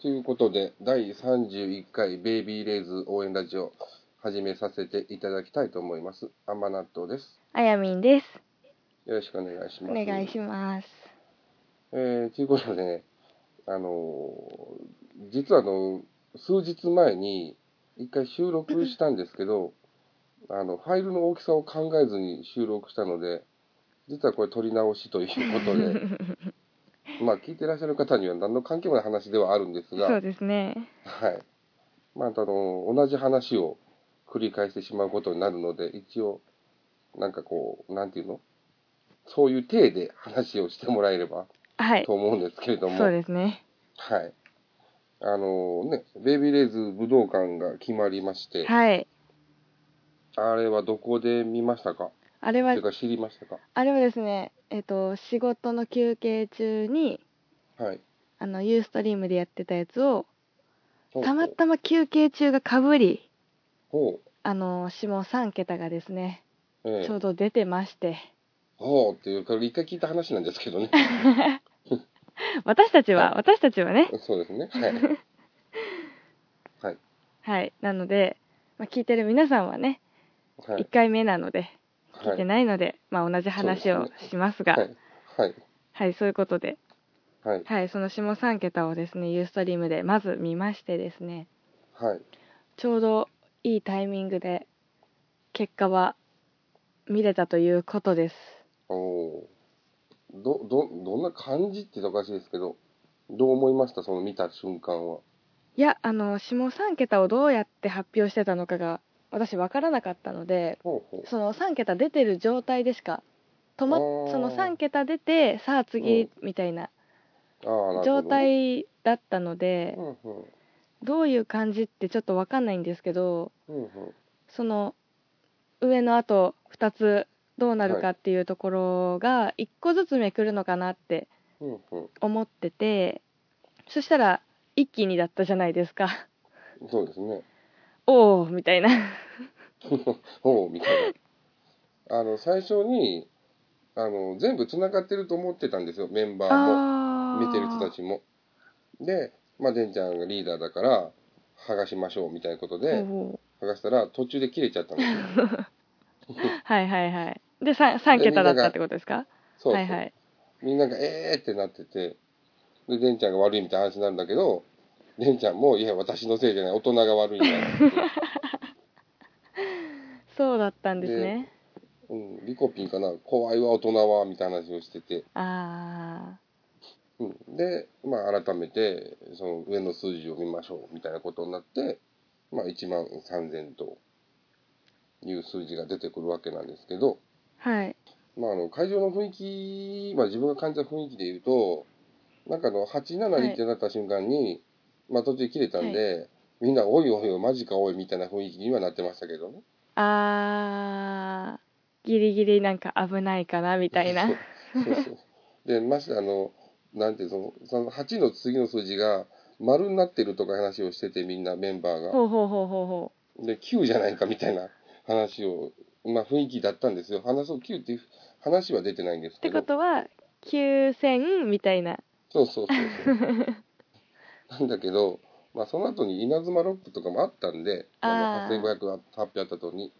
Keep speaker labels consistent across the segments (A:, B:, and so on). A: ということで、第31回ベイビーレイズ応援ラジオ、始めさせていただきたいと思います。アンマ納豆です。
B: あやみんです。
A: よろしくお願いし
B: お
A: ます。
B: 願いします。
A: えーということでね、あのー実はあの、数日前に一回収録したんですけど、あの、ファイルの大きさを考えずに収録したので、実はこれ撮り直しということ で、まあ聞いてらっしゃる方には何の関係もない話ではあるんですが、
B: そうですね。
A: はい。まあ、あの、同じ話を繰り返してしまうことになるので、一応、なんかこう、なんていうのそういう体で話をしてもらえれば
B: はい
A: と。思うんですけれども、
B: そうですね。
A: はい。あのね、ベイビーレイズ武道館が決まりまして、
B: はい。
A: あれはどこで見ましたか
B: あれ
A: と
B: は
A: いう、か知りましたか
B: あれはですね、えっ、と、仕事の休憩中に、
A: はい。
B: あの、ユーストリームでやってたやつを、
A: ほう
B: たまたま休憩中がかぶり、
A: ほう。
B: あの、下3桁がですね、
A: ええ
B: ちょうど出てまして、
A: ほうっていう、これ一回聞いた話なんですけ どね。
B: 私たちは、私たちはね、
A: そうですね。 はい。はい。
B: はい。なので、まあ、聞いてる皆さんはね、
A: は
B: 1回目なので、聞いて
A: い。
B: ないので、まあ、同じ話
A: そう
B: を
A: ですね
B: しますが、
A: はい。はい。
B: はい、そういうことで、
A: はい。
B: はい、その下3桁をですね、ユーストリームでまず見ましてですね、
A: はい。
B: ちょうどいいタイミングで結果は見れたということです。
A: おおー。ど、ど、どんな感じって言うとおかしいですけど、どう思いましたその見た瞬間は。
B: いや、あの、下3桁をどうやって発表してたのかが、私分からなかったので、
A: ほうほ
B: その3桁出てる状態でしか、止ま
A: あー
B: その3桁出て、さあ
A: うん
B: 次、みたいな
A: う。ああ、なるほど。
B: 状。態だったので
A: う、んうん。
B: どういう感じってちょっと分かんないんですけど、
A: うんうん。
B: その上のあと2つどうなるかっていうところが1個ずつめくるのかなって
A: うんうん。
B: 思っててそしたら一気にだったじゃないですか
A: そうですね。
B: おおみたいな
A: ほう、みたいな。 あの、最初に、あの、全部繋がってると思ってたんですよ、メンバー
B: あ
A: も。見てる人たちも。で、まあ、でんちゃんがリーダーだから、剥がしましょう、みたいなことで、
B: お
A: 剥がしたら途中で切れちゃったんです よ。
B: ーはいはいはいで 3, 三桁だったってことですか
A: そうそう。
B: はいはい
A: みんながえーってなってて、で、でんちゃんが悪いみたいな話になるんだけど、でんちゃんも、いや、私のせいじゃない、大人が悪いんだよって。
B: そうだったんですね
A: うん、リコピンかな、怖いわ、大人は、みたいな話をしてて。
B: あ
A: うん、で、まあ、改めて、その上の数字を見ましょう、みたいなことになって、まあ、1万3000という数字が出てくるわけなんですけど、
B: あはい
A: まあ、あの会場の雰囲気、まあ、自分が感じた雰囲気で言うと、なんかあの871ってなった瞬間に、まあ、途中切れたんで、みんな、おいおいおい、マジかおいみたいな雰囲気にはなってましたけど ね。
B: あーギリギリなんか危ないかなみたいな
A: そうそうで、まして、あの、なんていうの、その8の次の数字が、丸になってるとか話をしてて、みんなメンバーが。
B: ほうほうほうほうほ
A: で、9じゃないかみたいな話を、まあ、雰囲気だったんですよ。話そう、9っていう話は出てないんで
B: う
A: す
B: っ
A: け
B: て
A: ど。
B: ことは9000みたいな
A: そうそうそう そう。なんだけど、まあ、その後に稲妻ロックとかもあったんで、
B: あ
A: 8500
B: ー
A: 発表あった後に、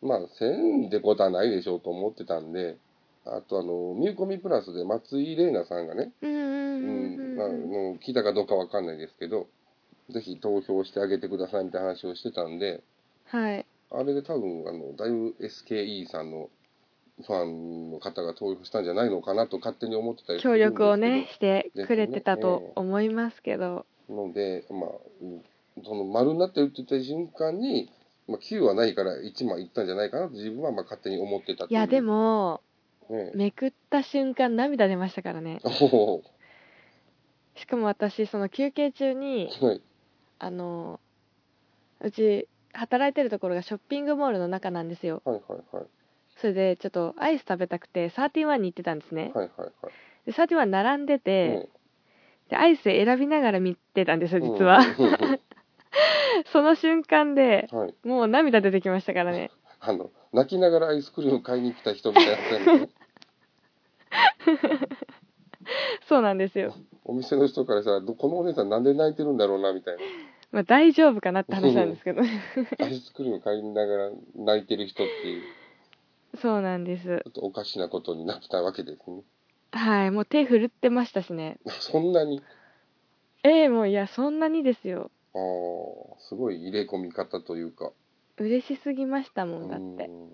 A: まあ、1000でことはないでしょうと思ってたんで、あと、あの、ミューコミプラスで松井玲奈さんがね、
B: うん
A: う
B: うん
A: ん、
B: う
A: まああ
B: んうん
A: の聞いたかどうかわかんないですけど、ぜひ投票してあげてくださいみたいな話をしてたんで、
B: はい
A: あれで多分、あの、だいぶ SKE さんのファンの方が投票したんじゃないのかなと勝手に思ってたりする
B: 協
A: んですけど
B: 力をねしてくれてたと思いますけど
A: ので、まあ、うんその丸になってるって言った瞬間に、まあ、9はないから1枚いったんじゃないかなと自分はまあ勝手に思ってたって
B: いうやで、も
A: ね、
B: めくった瞬間涙出ましたからね
A: おお
B: しかも私その休憩中に
A: はい、
B: あのうち働いてるところがショッピングモールの中なんですよ
A: はいはいはい
B: それでちょっとアイス食べたくて31に行ってたんですね
A: はいはいはい
B: で31並んでて
A: ね
B: でアイス選びながら見てたんですよ実は、
A: うんうんうん
B: その瞬間で
A: うんはい
B: もう涙出てきましたからね
A: あの泣 きながらアイスクリーム買いに来た人みたいな感じで
B: そうなんですよ。
A: お店の人からしたら、どこのお姉さんなんで泣いてるんだろうな、みたいな。
B: まあ大丈夫かなって話なんですけど。
A: アイスクリーム買いながら泣いてる人っていう、
B: そうなんです
A: ちょ。っとおかしなことになってたわけですね。
B: はい、もう手振ってましたしね。
A: そんなに、
B: ええもういや、そんなにですよ。
A: ああ、すごい入れ込み方というか。
B: 嬉しすぎましたもんだっ
A: う
B: て。
A: ん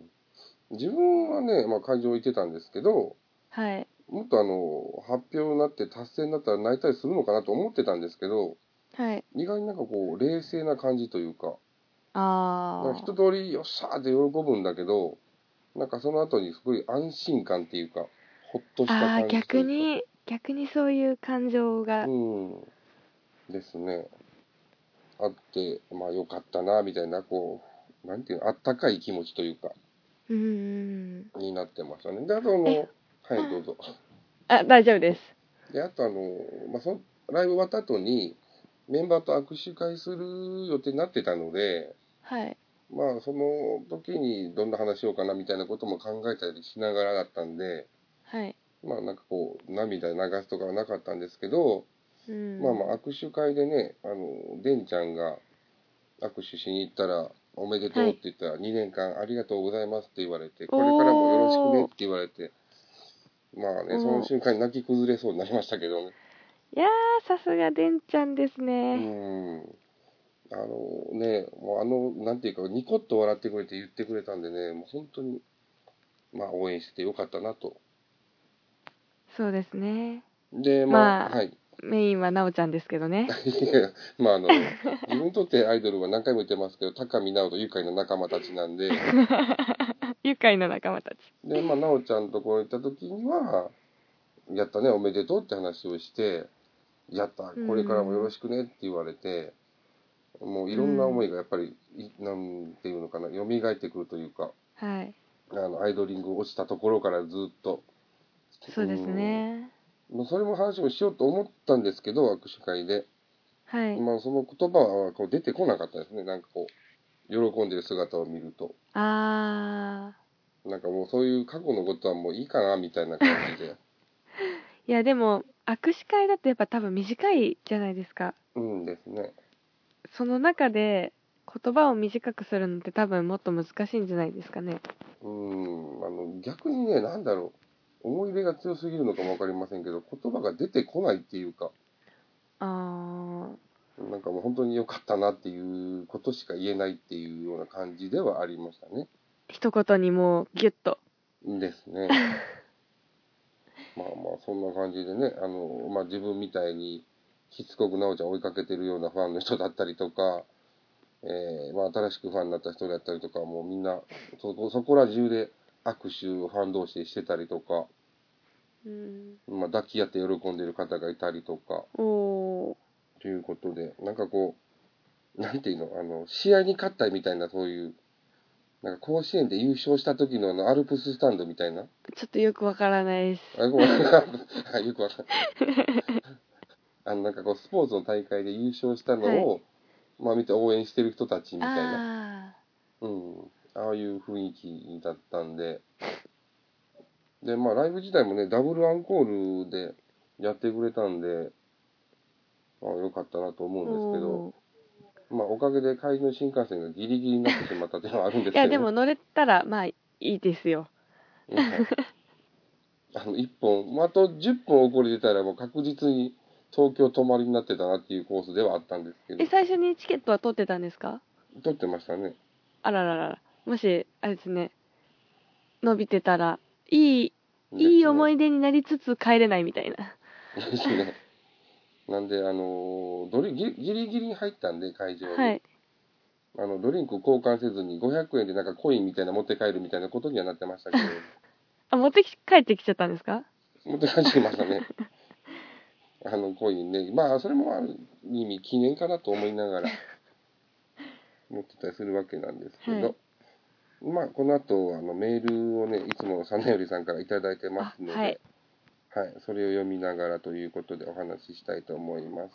A: 自分はね、まあ、会場行ってたんですけど、
B: はい。
A: もっとあの、発表になって達成になったら泣いたりするのかなと思ってたんですけど、
B: はい。
A: 意外になんかこう、冷静な感じというか、なんか
B: ああ。
A: 一通りよっしゃーって喜ぶんだけど、なんかその後にすごい安心感っていうか、ほっとした
B: ああ
A: 感じ
B: ー、
A: とい
B: 逆
A: うか。
B: に、逆にそういう感情が、
A: うん。ですね。あって、まあよかったな、みたいな、こう、なんていうの、あったかい気持ちというか、
B: うんうんうん。
A: になってましたね。で、あとあの、
B: え
A: はい、どうぞ。
B: あ、大丈夫です。
A: で、あとあの、まあその、ライブ終わった後に、メンバーと握手会する予定になってたので、
B: はい。
A: まあ、その時にどんな話しようかなみたいなことも考えたりしながらだったんで、
B: はい。
A: まあなんかこう、涙流すとかはなかったんですけど、
B: うん。
A: まあまあ握手会でね、あの、デンちゃんが握手しに行ったら、おめでとうって言ったら、2年間ありがとうございますって言われて、これからもよろしくねって言われて、まあね、
B: おー
A: その瞬間に泣き崩れそうになりましたけどね。
B: いやー、さすがでんちゃんです
A: う
B: ね。
A: ん。あのね、もうあの、なんていうか、ニコッと笑ってくれて言ってくれたんでね、もう本当に、まあ応援しててよかったなと。
B: そうですね。
A: で、まあ、
B: まあ
A: はい。
B: メインはなおちゃんですけど ね。
A: いやまああの、自分にとってアイドルは何回も言ってますけど、高見直と愉快な仲間たちなんで、
B: 愉快な仲間たち。
A: で、まあ、直ちゃんとこう行った時には、やったね、おめでとうって話をして、やった、これからもよろしくねって言われて、もういろんな思いがやっぱり、いなんていうのかな、蘇ってくるというか、
B: はい。
A: あの、アイドリング落ちたところからずっと、
B: そうですね。
A: もうそれも話もしようと思ったんですけど、握手会で。
B: はい。
A: まあ、その言葉はこう出てこなかったですね。なんかこう、喜んでる姿を見ると。
B: あ
A: なんかもうそういう過去のことはもういいかな、みたいな感じ で。
B: ー。いや、でも、握手会だってやっぱ多分短いじゃないですか。
A: うんですね。
B: その中で、言葉を短くするのって多分もっと難しいんじゃないですかね。
A: うん、あの、逆にね、なんだろう。思い入れが強すぎるのかもわかりませんけど、言葉が出てこないっていうか、
B: あー。
A: なんかもう本当に良かったなっていうことしか言えないっていうような感じではありましたね。
B: 一言にもうギュッと。
A: ですね。まあまあ、そんな感じでね、あの、まあ自分みたいに、しつこくなおちゃん追いかけてるようなファンの人だったりとか、えーまあ新しくファンになった人だったりとか、もうみんな、そこ、そこら中で握手をファン同士でしてたりとか、
B: うん。
A: まあ抱き合って喜んでる方がいたりとか、
B: おー。
A: ということで、なんかこう、なんていうの、あの、試合に勝ったみたいな、そういう、なんか甲子園で優勝した時のあの、アルプススタンドみたいな、
B: ちょっとよくわからないです。
A: あ、ごめんなさい。あよくわかんない。あの、なんかこう、スポーツの大会で優勝したのを、まあ見て応援してる人たちみたいな、
B: あ
A: うん。ああいう雰囲気だったんで。で、まあライブ自体もね、ダブルアンコールでやってくれたんで、まあよかったなと思
B: ー。
A: うんですけど、
B: おー
A: まあおかげで帰りの新幹線がギリギリになってしまったっていうのはあるんです
B: い
A: けど、
B: や、でも乗れたら、まあ、いいですよ。
A: うんあの、1本、あと10本遅れてたらもう確実に東京泊まりになってたなっていうコースではあったんですけど
B: え、、最初にチケットは取ってたんですか
A: 取ってましたね。
B: あらららら。もし、あれですね、伸びてたら、いい、いい思
A: い。
B: い出になりつつ帰れないみたいな。
A: ですね。なんで、あのードリギリ、ギリギリに入ったんで、会場に。
B: はい。
A: あの、ドリンク交換せずに500円でなんかコインみたいなの持って帰るみたいなことにはなってましたけど、
B: あ、持ってき、帰ってきちゃったんですか
A: 持って帰ってきましたね。あの、コインね。まあ、それもある意味記念かなと思いながら、持ってたりするわけなんですけど、まあ、この後、あの、メールをね、いつものサナよりさんからいただいてますので、
B: あはい
A: はいそれを読みながらということでお話ししたいと思います。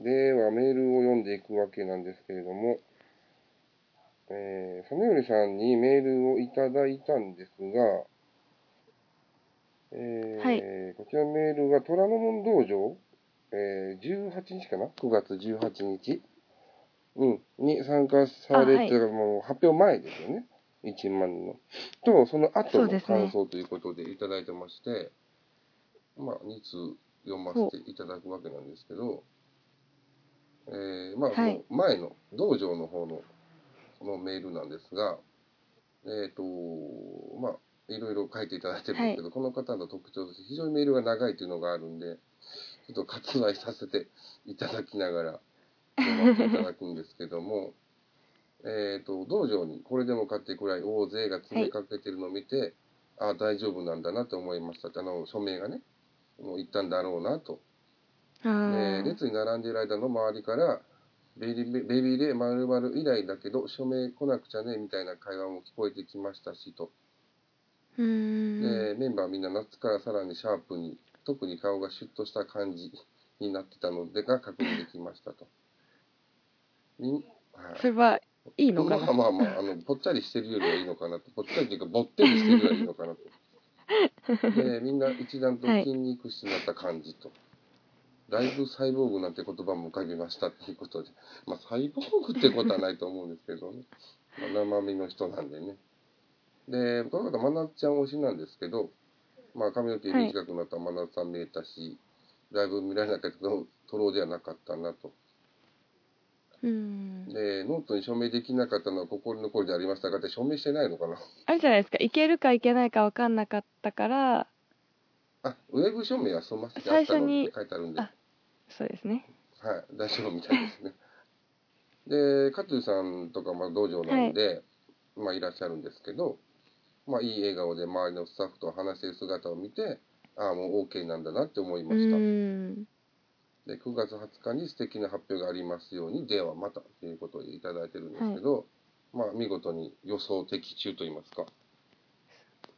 A: では、メールを読んでいくわけなんですけれども、えー、サナよりさんにメールをいただいたんですが、えー
B: はい
A: こちらのメールは虎ノ門道場、えー、18日かな ?9 月18日、うん、に参加されて、
B: あ
A: もう発表前ですよね。1万の。と、その後
B: そう
A: の
B: ですね
A: 感想ということでいただいてまして、まあ、2通読ませていただくわけなんですけど、えーまあ、
B: はい
A: もう前の道場の方のそのメールなんですが、えっ、と、まあ、いろいろ書いていただいてるんですけど、この方の特徴として非常にメールが長いというのがあるんで、ちょっと割愛させていただきながら読ませていただくんですけども、えっと、道場にこれでもかってくらい大勢が詰めかけてるのを見て、ああ、大丈夫なんだなと思いましたって、あの、署名がね、もう行ったんだろうなと。
B: あ
A: ね
B: ー
A: 列に並んでいる間の周りから、ベビーベビーレイ〇〇以来だけど、署名来なくちゃね、みたいな会話も聞こえてきましたし、と。
B: うー
A: で
B: ん
A: メンバーみんな夏からさらにシャープに特に顔がシュッとした感じになってたのでが確認できましたと。みんはい
B: それはいいの
A: ま
B: か
A: あ
B: な
A: まあまあ、あの、ぽっちゃりしてるよりはいいのかなと。ぽっちゃりというか、ぼってりしてるよりはいいのかな と。で、みんな一段と筋肉質になった感じと。だいぶサイボーグなんて言葉も浮かびましたっていうことで。まあ、サイボーグってことはないと思うんですけどね。まあ、生身の人なんでね。で、この方、まなっちゃん推しなんですけど、まあ、髪の毛短くなったまなっちゃん見えたし、だいぶ見られなかったけど、トローではなかったなと。
B: うーん
A: で、ノートに署名できなかったのは心の声でありましたがって署名してないのかな
B: あれじゃないですかいけるかいけないか分かんなかったから
A: あ、ウェブ署名は済ませてあった
B: 最
A: の
B: 初
A: っ
B: に
A: て書いてあるんで、は
B: あそうですね
A: い、大丈夫みたいですね。 で、カトゥーさんとか、まあ、道場なんで、まあ、いらっしゃるんですけど、まあ、いい笑顔で周りのスタッフと話している姿を見て、ああ、もう OK なんだなって思いうました。
B: ーん
A: で、9月20日に素敵な発表がありますように、ではまたということをいただいてるんですけど、まあ、見事に予想的中といいますか、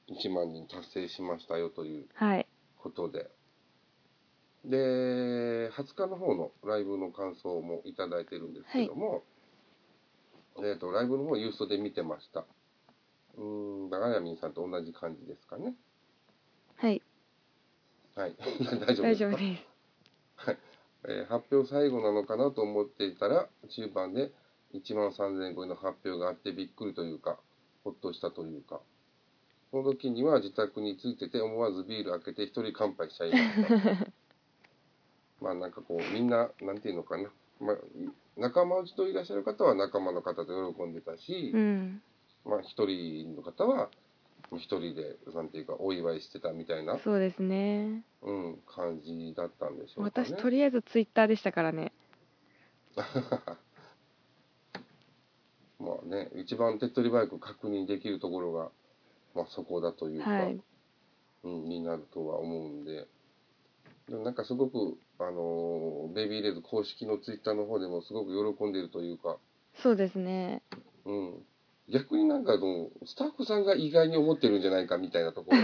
A: 1万人達成しましたよという
B: はい
A: ことで。で、20日の方のライブの感想もいただいてるんですけども、えっと、ライブの方、ユーストで見てました。うーん、長ヤミンさんと同じ感じですかね。
B: はい
A: はい。 大丈夫で
B: 大
A: す
B: 丈
A: か
B: 夫です
A: えー発表最後なのかなと思っていたら、中盤で1万3000超えの発表があってびっくりというか、ほっとしたというか、その時には自宅に着いてて思わずビール開けて一人乾杯しちゃいました。 まあなんかこう、みんな、なんていうのかな、まあ、仲間内といらっしゃる方は仲間の方と喜んでたし、
B: うん
A: まあ一人の方は一人で、なんていうか、お祝いしてたみたいな、
B: そうですね
A: うん、感じだったんでしょうかね。
B: 私とりあえずツイッターでしたからね
A: まあね、一番手っ取り早く確認できるところが、まあ、そこだというか、
B: はい
A: うん、になるとは思うんで、でもなんかすごく、あのーベビーレーズ公式のツイッターの方でもすごく喜んでいるというか、
B: そうですね
A: うん、逆になんかあの、スタッフさんが意外に思ってるんじゃないかみたいなところ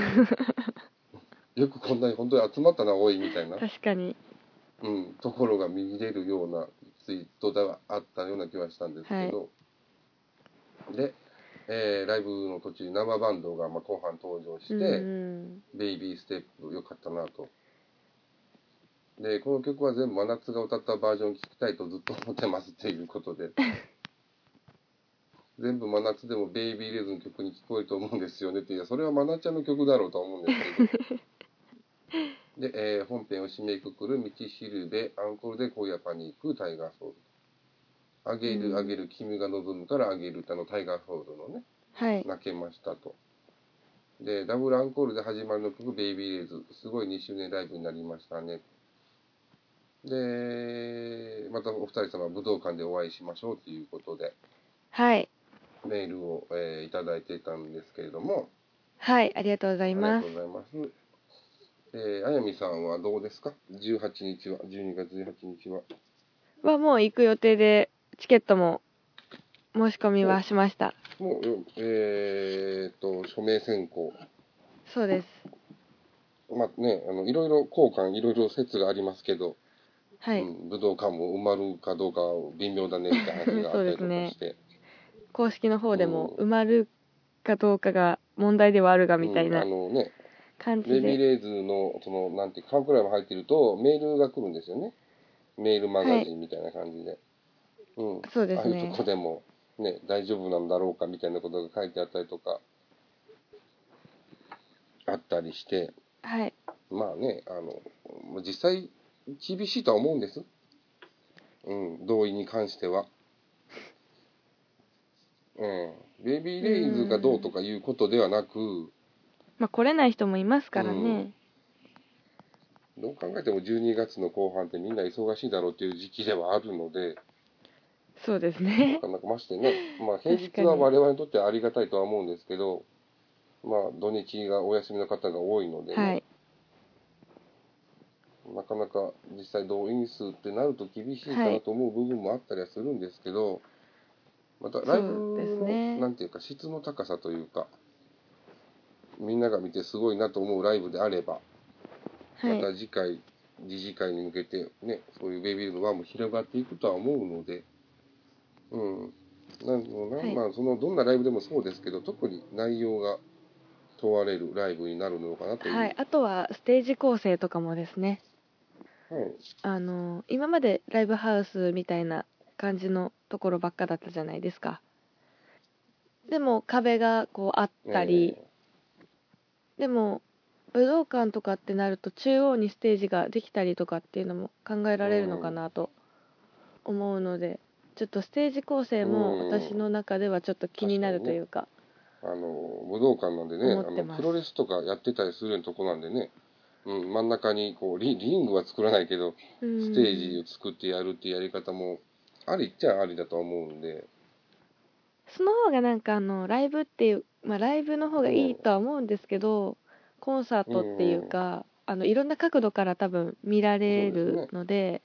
A: よくこんなに本当に集まったな、多いみたいな、
B: 確かに
A: うん、ところが見れるようなツイートがあったような気はしたんですけど、で、えーライブの途中に生バンドがまあ後半登場して、
B: うん
A: ベイビーステップ良かったなと。で、この曲は全部真夏が歌ったバージョン聞きたいとずっと思ってますっていうこと で。全部真夏でもベイビーレーズの曲に聞こえると思うんですよねって、いや、それは真夏ちゃんの曲だろうとは思うんですけど。で、えー本編を締めくくる道しるべ、アンコールで今夜パに行くタイガーソウル。あげ
B: うん
A: るあげる君が望むからあげる歌のタイガーソウルのね、
B: はい
A: 泣けましたと。で、ダブルアンコールで始まるの曲、ベイビーレイズ。すごい2周年ライブになりましたね。で、またお二人様、武道館でお会いしましょうということで、
B: はい
A: メールを、えーいただいていたんですけれども、
B: はいありがとうござ
A: あ
B: い
A: りが
B: ます
A: とうございます。えー、あやみさんはどうですか ?18 日は、12月18日は。
B: はもう行く予定でチケットも申し込みはしました
A: もう、よえーっと、署名選考。
B: そうです
A: まあね、あの、いろいろ交換、いろいろ説がありますけど、
B: はい、
A: うん、武道館も埋まるかどうか微妙だねみたいな話があったりとかして、
B: 公式の方でも
A: う
B: 埋まるかどうかが問題ではあるがみたい
A: うん
B: な
A: あのね
B: 感じ
A: レミ
B: で。
A: レーズの、その、なんていうか、ファンクラブ入ってると、メールが来るんですよね。メールマガジンみたいな感じで。うん。
B: そうです
A: ああいう
B: ね
A: とこ。でも、ね、大丈夫なんだろうかみたいなことが書いてあったりとか、あったりして、
B: はい。
A: まあね、あの、もう実際、厳しいとは思うんです。うん、同意に関しては。うん。ベビーレイズがどうとかいうことではなく、
B: まあ、来れない人もいますからね。
A: どう考えても12月の後半ってみんな忙しいだろうっていう時期ではあるので、
B: そうです
A: な
B: ね。
A: かなかましてね、まあ平
B: 確
A: 日
B: かに
A: は我々にとってはありがたいとは思うんですけど、まあ土日がお休みの方が多いのでね、
B: はい。
A: なかなか実際動員数ってなると厳しいか
B: は
A: ないと思う部分もあったりはするんですけど、またライ
B: そう
A: ブ
B: です
A: の、
B: ね
A: なんていうか質の高さというか、みんなが見てすごいなと思うライブであれば、
B: は
A: ま
B: い。
A: た次回、次次回に向けて、ね、そういうベビールの輪も広がっていくとは思うので、うん、なんのな、
B: はい
A: まあ、そのどんなライブでもそうですけど、特に内容が問われるライブになるのかなという、
B: はい。あとは、ステージ構成とかもですね。
A: はい
B: あの、今までライブハウスみたいな感じのところばっかだったじゃないですか。でも、壁がこうあったり、
A: え
B: でも武道館とかってなると中央にステージができたりとかっていうのも考えられるのかなと思うので、ちょっとステージ構成
A: うん
B: も私の中ではちょっと気になるというか、
A: ーあの武道館なんでね
B: 思って
A: あの
B: ます
A: プロレスとかやってたりするようなとこなんでね、うん、真ん中にこうリリングは作らないけど
B: うん
A: ステージを作ってやるっていうやり方もありっちゃありだとは思うんで、
B: その方がなんかあのライブっていうまあライブの方がいいとは思うんですけど、コンサートっていうか、あのいろんな角度から多分見られるので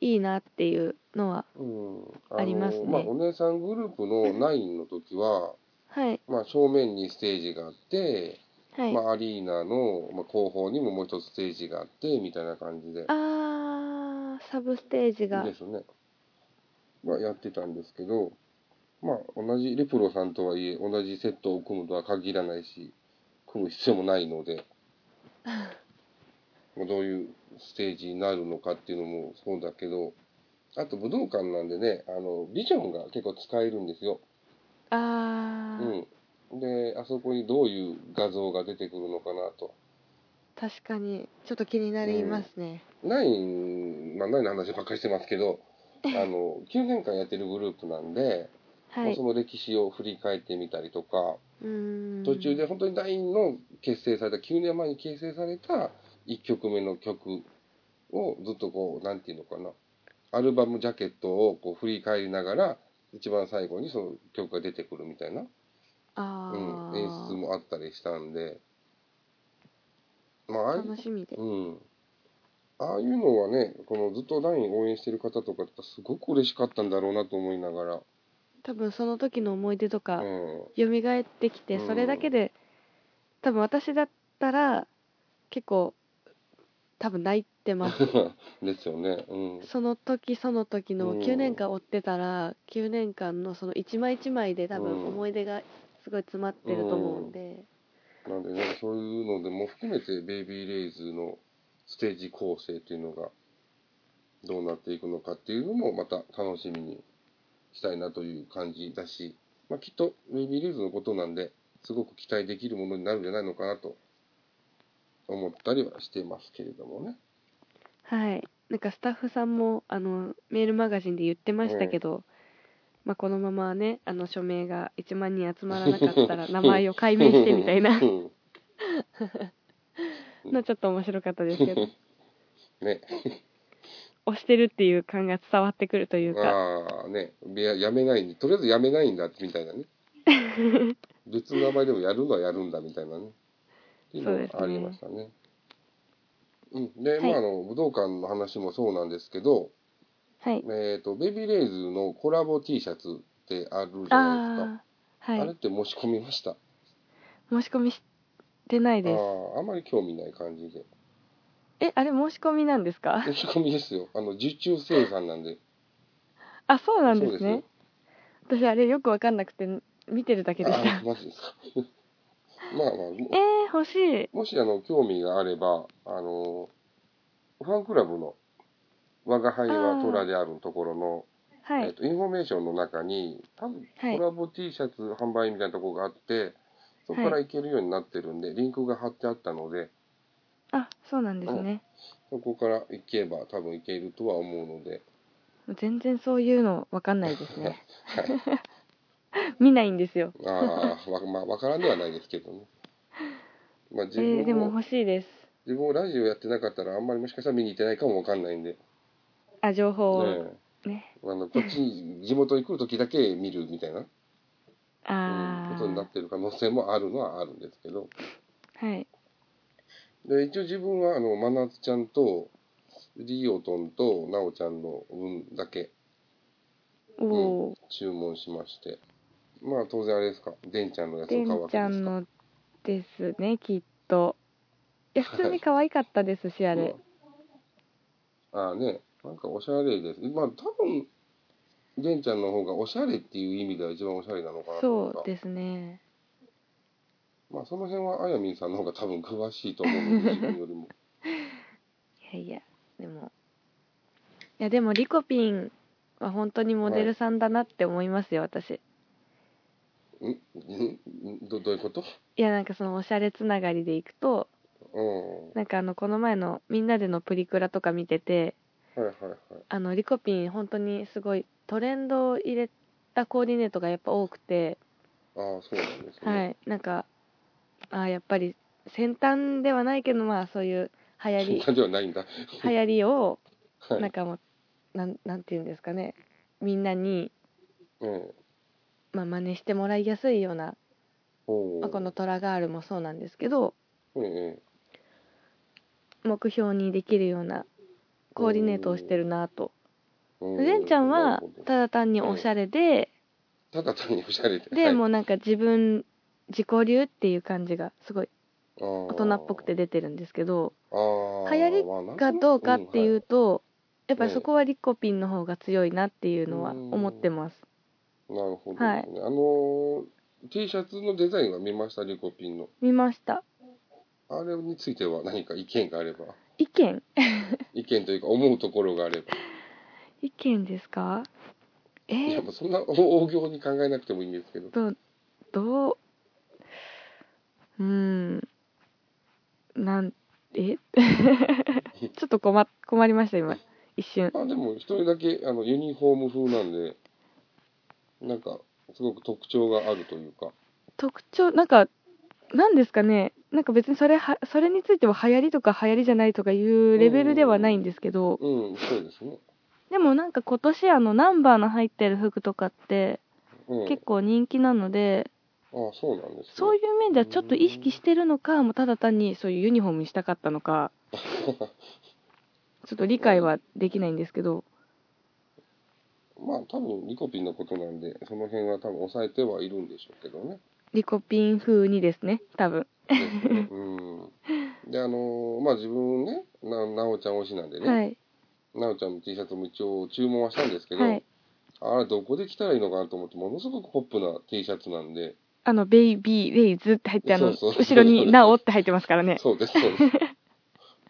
B: いいなっていうのは
A: うん、の
B: ありますね
A: まあ、お姉さんグループの9の時は、
B: はい
A: まあ、正面にステージがあって、
B: はい、
A: まあ、アリーナの、まあ、後方にももう一つステージがあってみたいな感じで
B: あーサブステージが
A: ですね、まあ、やってたんですけど、まあ、同じレプロさんとはいえ同じセットを組むとは限らないし組む必要もないの でまあどういうステージになるのかっていうのもそうだけどあと武道館なんでねあのビジョンが結構使えるんですよ。
B: あー、
A: うん、であそこにどういう画像が出てくるのかなと
B: 確かにちょっと気になりますね、
A: ナイン、まあ、ナインの話ばっかりしてますけ どあの9年間やってるグループなんで、
B: は
A: もう
B: い
A: その歴史を振り返ってみたりとか
B: うーん
A: 途中で本当にナインの結成された9年前に結成された1曲目の曲をずっとこうなんていうのかなアルバムジャケットをこう振り返りながら一番最後にその曲が出てくるみたいな
B: あー、
A: うん、演出もあったりしたんで、まあ、ああいう
B: 楽しみで、
A: うん、ああいうのはね、このずっとライン応援してる方とか、すごく嬉しかったんだろうなと思いながら、
B: 多分その時の思い出とか
A: う、ん、
B: 蘇ってきて
A: うん
B: それだけで、多分私だったら結構多分泣いてます
A: ですよね、うん、
B: その時その時
A: う
B: の
A: ん
B: 9年間追ってたら9年間のその一枚一枚で多
A: うん
B: 分思い出がすごい詰まってると思うんで、
A: なんでね、そういうのでも含めて、ベイビーレイズのステージ構成っていうのが、どうなっていくのかっていうのも、また楽しみにしたいなという感じだし、まあ、きっと、ベイビーレイズのことなんで、すごく期待できるものになるんじゃないのかなと思ったりはしてますけれどもね。
B: はい、なんかスタッフさんもあのメールマガジンで言ってましたけど、まあ、このままねあの署名が1万人集まらなかっ たら名前を解明してみたいな
A: うん
B: のちょっと面白かったですけど
A: ね。
B: 押してるっていう感が伝わってくるというか
A: ああ、ね。ややめないに、とりあえずやめないんだ、みたいな ね。別の名前でもやるのはやるんだ、みたいなね。っていの
B: そうですね
A: がありましたね。うん。で、
B: はい
A: まあ、あの、武道館の話もそうなんですけど、
B: はい
A: えっ、と、ベビーレイズのコラボ T シャツってあるじゃないですか。
B: ああー
A: あ
B: は
A: れっ
B: い
A: て申し込みました。
B: 申し込みしてないです
A: ああ、あまり興味ない感じで。
B: えあれ申し込みなんですか
A: 申し込みですよ。あの、受注生産なんで。
B: あそうなんです
A: そうです
B: ね私あれよくわかんなくて見てるだけでし
A: あ
B: た
A: マジですか。 まあまあ、も
B: えー、欲しい。
A: もしあの、興味があれば、あの、ファンクラブの、我が輩は虎であるところの、
B: は
A: えっ
B: い。
A: と、インフォメーションの中に、多分
B: はい
A: コラボ T シャツ販売みたいなところがあって、そこから行けるようになってるんで、リンクが貼ってあったので、
B: あ、そうなんですね。
A: そこから行けば多分行けるとは思うので、
B: 全然そういうのわかんないで すね。 見ないんですよ。
A: あ あ、わ、まあ、わからんではないですけどね。まあ、
B: え
A: 自分も、
B: ー、でも欲しいです。
A: 自分もラジオやってなかったら、あんまりもしかしたら見に行ってないかもわかんないんで、
B: あ、情報を
A: ね
B: ね。
A: あの、こっち、地元に来るときだけ見るみたいな、うん
B: あ
A: ことにな
B: ー
A: ってる可能性もあるのはあるんですけど、
B: はい。
A: で、一応自分は、あの、真夏ちゃんと、リオトンと、ナオちゃんの分だけ
B: おお
A: 注文しまして、まあ、当然あれですか、デンちゃんのや
B: ー、
A: つを買
B: で
A: うんわ
B: ち
A: け
B: ゃ
A: です
B: ん
A: か。
B: のですね、きっと。いや、普通に可愛かったですし、あれ。
A: うんああね、なんかおしゃれです。まあ多分、玄ちゃんの方がおしゃれっていう意味では一番おしゃれなのかなと思
B: そう
A: す。
B: ですね。
A: まあその辺はあやみんさんの方が多分詳しいと思うので、自分よりも。
B: いやいや、でも。いや、でも、リコピンは本当にモデルさんだなって思いますよ、私。
A: んんんどどういうこと
B: いや、なんかそのおしゃれつながりでいくと、
A: うん。
B: なんかあの、この前のみんなでのプリクラとか見てて、
A: はいはいはい。
B: あの、リコピン本当にすごいトレンドを入れたコーディネートがやっぱ多くて、
A: ああ、そうなんです
B: は
A: ね。
B: い、なんか、あーやっぱり先端ではないけど、まあそういう流行
A: そんな
B: り、
A: ではないんだ。
B: 流行りを、
A: は
B: なん
A: い。
B: かもう、なん、なんていうんですかね、みんなに、
A: うん。
B: まあ真似してもらいやすいような、
A: お
B: まあ、この
A: ー
B: トラガールもそうなんですけど、
A: うんうん。
B: 目標にできるようなコーディネートをしてるなと。
A: う
B: レンちゃん
A: な
B: は
A: るほど
B: ただ単におしゃれで、
A: ただ単におしゃれで。
B: で、もうなんか自分自己流っていう感じがすごい
A: 大
B: 大人っぽくて出てるんですけど
A: あー
B: 流行りかどうかっていう、と、やっぱり
A: ええ
B: そこはリコピンの方が強いなっていうのは
A: うん
B: 思ってます、
A: なるほど、ね
B: はい
A: あのー T シャツのデザインは見ました、リコピンの。
B: 見ました
A: あれについては何か意見があれば、
B: 意見
A: 意見というか思うところがあれば、
B: 意見ですかえ
A: いや
B: ー、
A: もうそんな大 行に考えなくてもいいんですけど、
B: とどううんなん えちょっと困困りました今一瞬
A: まあでも一人だけあのユニフォーム風なんで、なんかすごく特徴があるというか、
B: 特徴なんかなんですかねなんか別にそれはそれについては流行りとか流行りじゃないとかいうレベルではないんですけど
A: うん、そうですね。
B: でもなんか今年あのナンバーの入ってる服とかって
A: うん、
B: 結構人気なので、
A: ああそうなんです、ね、
B: そういう面ではちょっと意識してるのかもうただ単にそういうユニフォームにしたかった のかちょっと理解はできないんですけど
A: まあ多分リコピンのことなんで、その辺は多分抑えてはいるんでしょうけど ね。
B: リコピン風にですね多分
A: うんであのーまあ自分ねななおちゃん推しなんでね、
B: はい
A: なおちゃんの T シャツも一応注文はしたんですけど、
B: はい
A: あれどこで着たらいいのかなと思ってものすごくポップな T シャツなんで
B: あのベイビーレイズって入ってあの
A: そうそうそう
B: 後ろに「なお」って入ってますからね
A: そうですそうです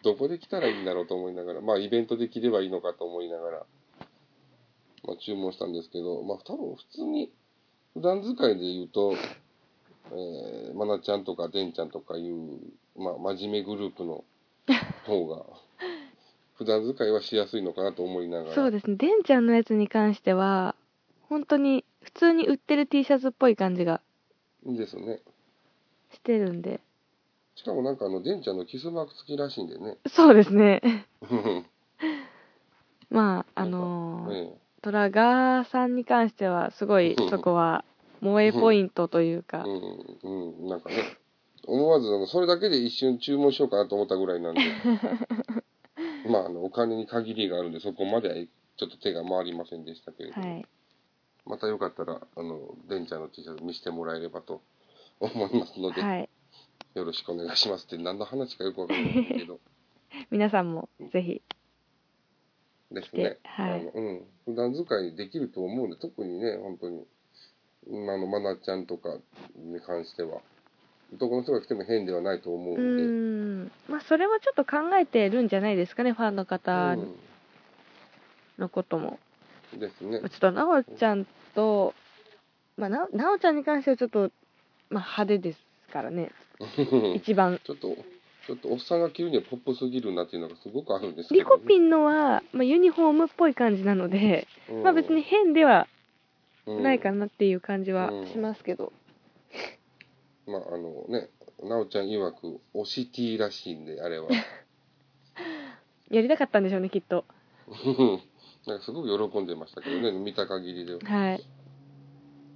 A: どこで着たらいいんだろうと思いながらまあイベントで着ればいいのかと思いながら、まあ、注文したんですけどまあ多分普通に普段使いで言うと、えー、まなちゃんとかでんちゃんとかいう、まあ、真面目グループの方が普段使いはしやすいのかなと思いながら
B: そうですね、でんちゃんのやつに関しては、本当に普通に売ってる T シャツっぽい感じが
A: ですね
B: してるんで、
A: しかもなんかあのでんちゃんのキスマーク付きらしいんでね
B: そうですね、
A: うん
B: まあ、あの ー
A: ええ
B: トラガーさんに関しては、すごい
A: うん
B: そこは萌えポイントというか、
A: うん、うん、なんかね、思わず、あのそれだけで一瞬注文しようかなと思ったぐらい なんで、まあ、あの、お金に限りがあるんで、そこまではちょっと手が回りませんでしたけれど、
B: はい、
A: またよかったら、あの、デンちゃんの T シャツ見せてもらえればと 思いますので、
B: はい、
A: よろしくお願いしますって、何の話かよくわかんないんだけど、
B: 皆さんもぜひ、
A: ですね
B: で。は
A: あ
B: い
A: のうん。普段使いできると思うんで、特にね、本当に、うんあの、まなちゃんとかに関しては、どこの人が来ても変ではないと思うん
B: う
A: で、
B: んまあそれはちょっと考えてるんじゃないですかねファンの方
A: う
B: のことも、
A: んですね
B: まあ。ちょっとなおちゃんと、まあ、ななおちゃんに関してはちょっと、まあ、派手ですからね 一番
A: ちょっと、ちょっとおっさんが着るにはポップすぎるなっていうのがすごくあるんですけど、
B: リコピンのは、まあ、ユニフォームっぽい感じなので、
A: うん
B: まあ別に変ではないか
A: な。
B: なっていう感じは
A: うん
B: しますけど、
A: まああのね、なおちゃん曰く、推し T らしいんで、あれ は。
B: やりたかったんでしょうねきっと
A: なんかすごく喜んでましたけどね、見た限りでは。
B: はい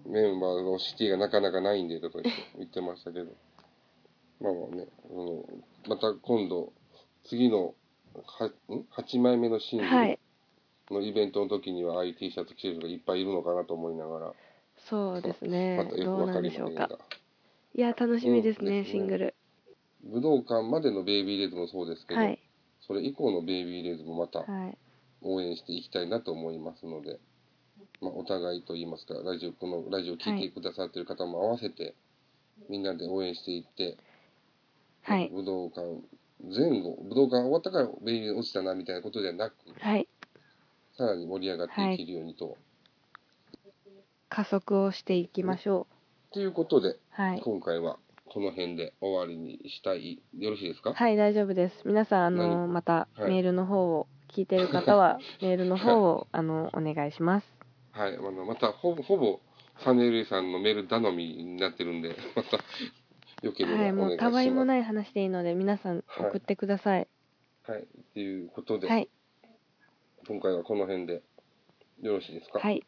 A: メンバーの推し T がなかなかないんで、とか言って言ってましたけど。まあまあね、あのまた今度、次のはん8枚目のシーングル
B: はい
A: のイベントの時には、ああいう T シャツ着てる人がいっぱいいるのかなと思いながら、
B: そうですね
A: またよ
B: ど
A: く
B: う
A: わ
B: な
A: か
B: ん
A: り
B: で
A: ませ
B: しょうん
A: が
B: か。いや楽しみです
A: うんで
B: ね、
A: すね
B: シングル
A: 武道館までのベイビーレイズもそうですけど、
B: はい
A: それ以降のベイビーレイズもまた
B: はい
A: 応援していきたいなと思いますので、まあ、お互いといいますか、ラジオ、このラジオを聞いてくださっている方も合わせて、みんなで応援していって、
B: はい
A: 武道館前後、武道館終わったからベイビーレイズ落ちたなみたいなことではなく、
B: はい
A: さらに盛り上がっていけるようにと。
B: 加速をしていきましょ
A: と、い、うことで、
B: うはい
A: 今回はこの辺で終わりにしたい、よろしいですか
B: はい大丈夫です皆さんあのまた
A: はい
B: メールの方を聞いてる 方はメールの方をあのお願いします
A: はい、あのまたほぼほぼサネルイさんのメール頼みになってるんで、 またよければお
B: は
A: 願いし
B: い
A: ます。
B: もうたわいもない話でいいので皆さん
A: はい
B: 送ってください
A: はい、ということで、
B: はい
A: 今回はこの辺でよろしいですか。、
B: はいい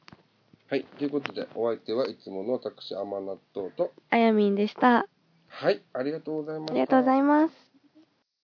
A: はい、ということで、お相手はいつもの私、甘納豆と、
B: あやみんでした
A: はい、ありがとうございまし
B: あ
A: た。
B: りがとうございます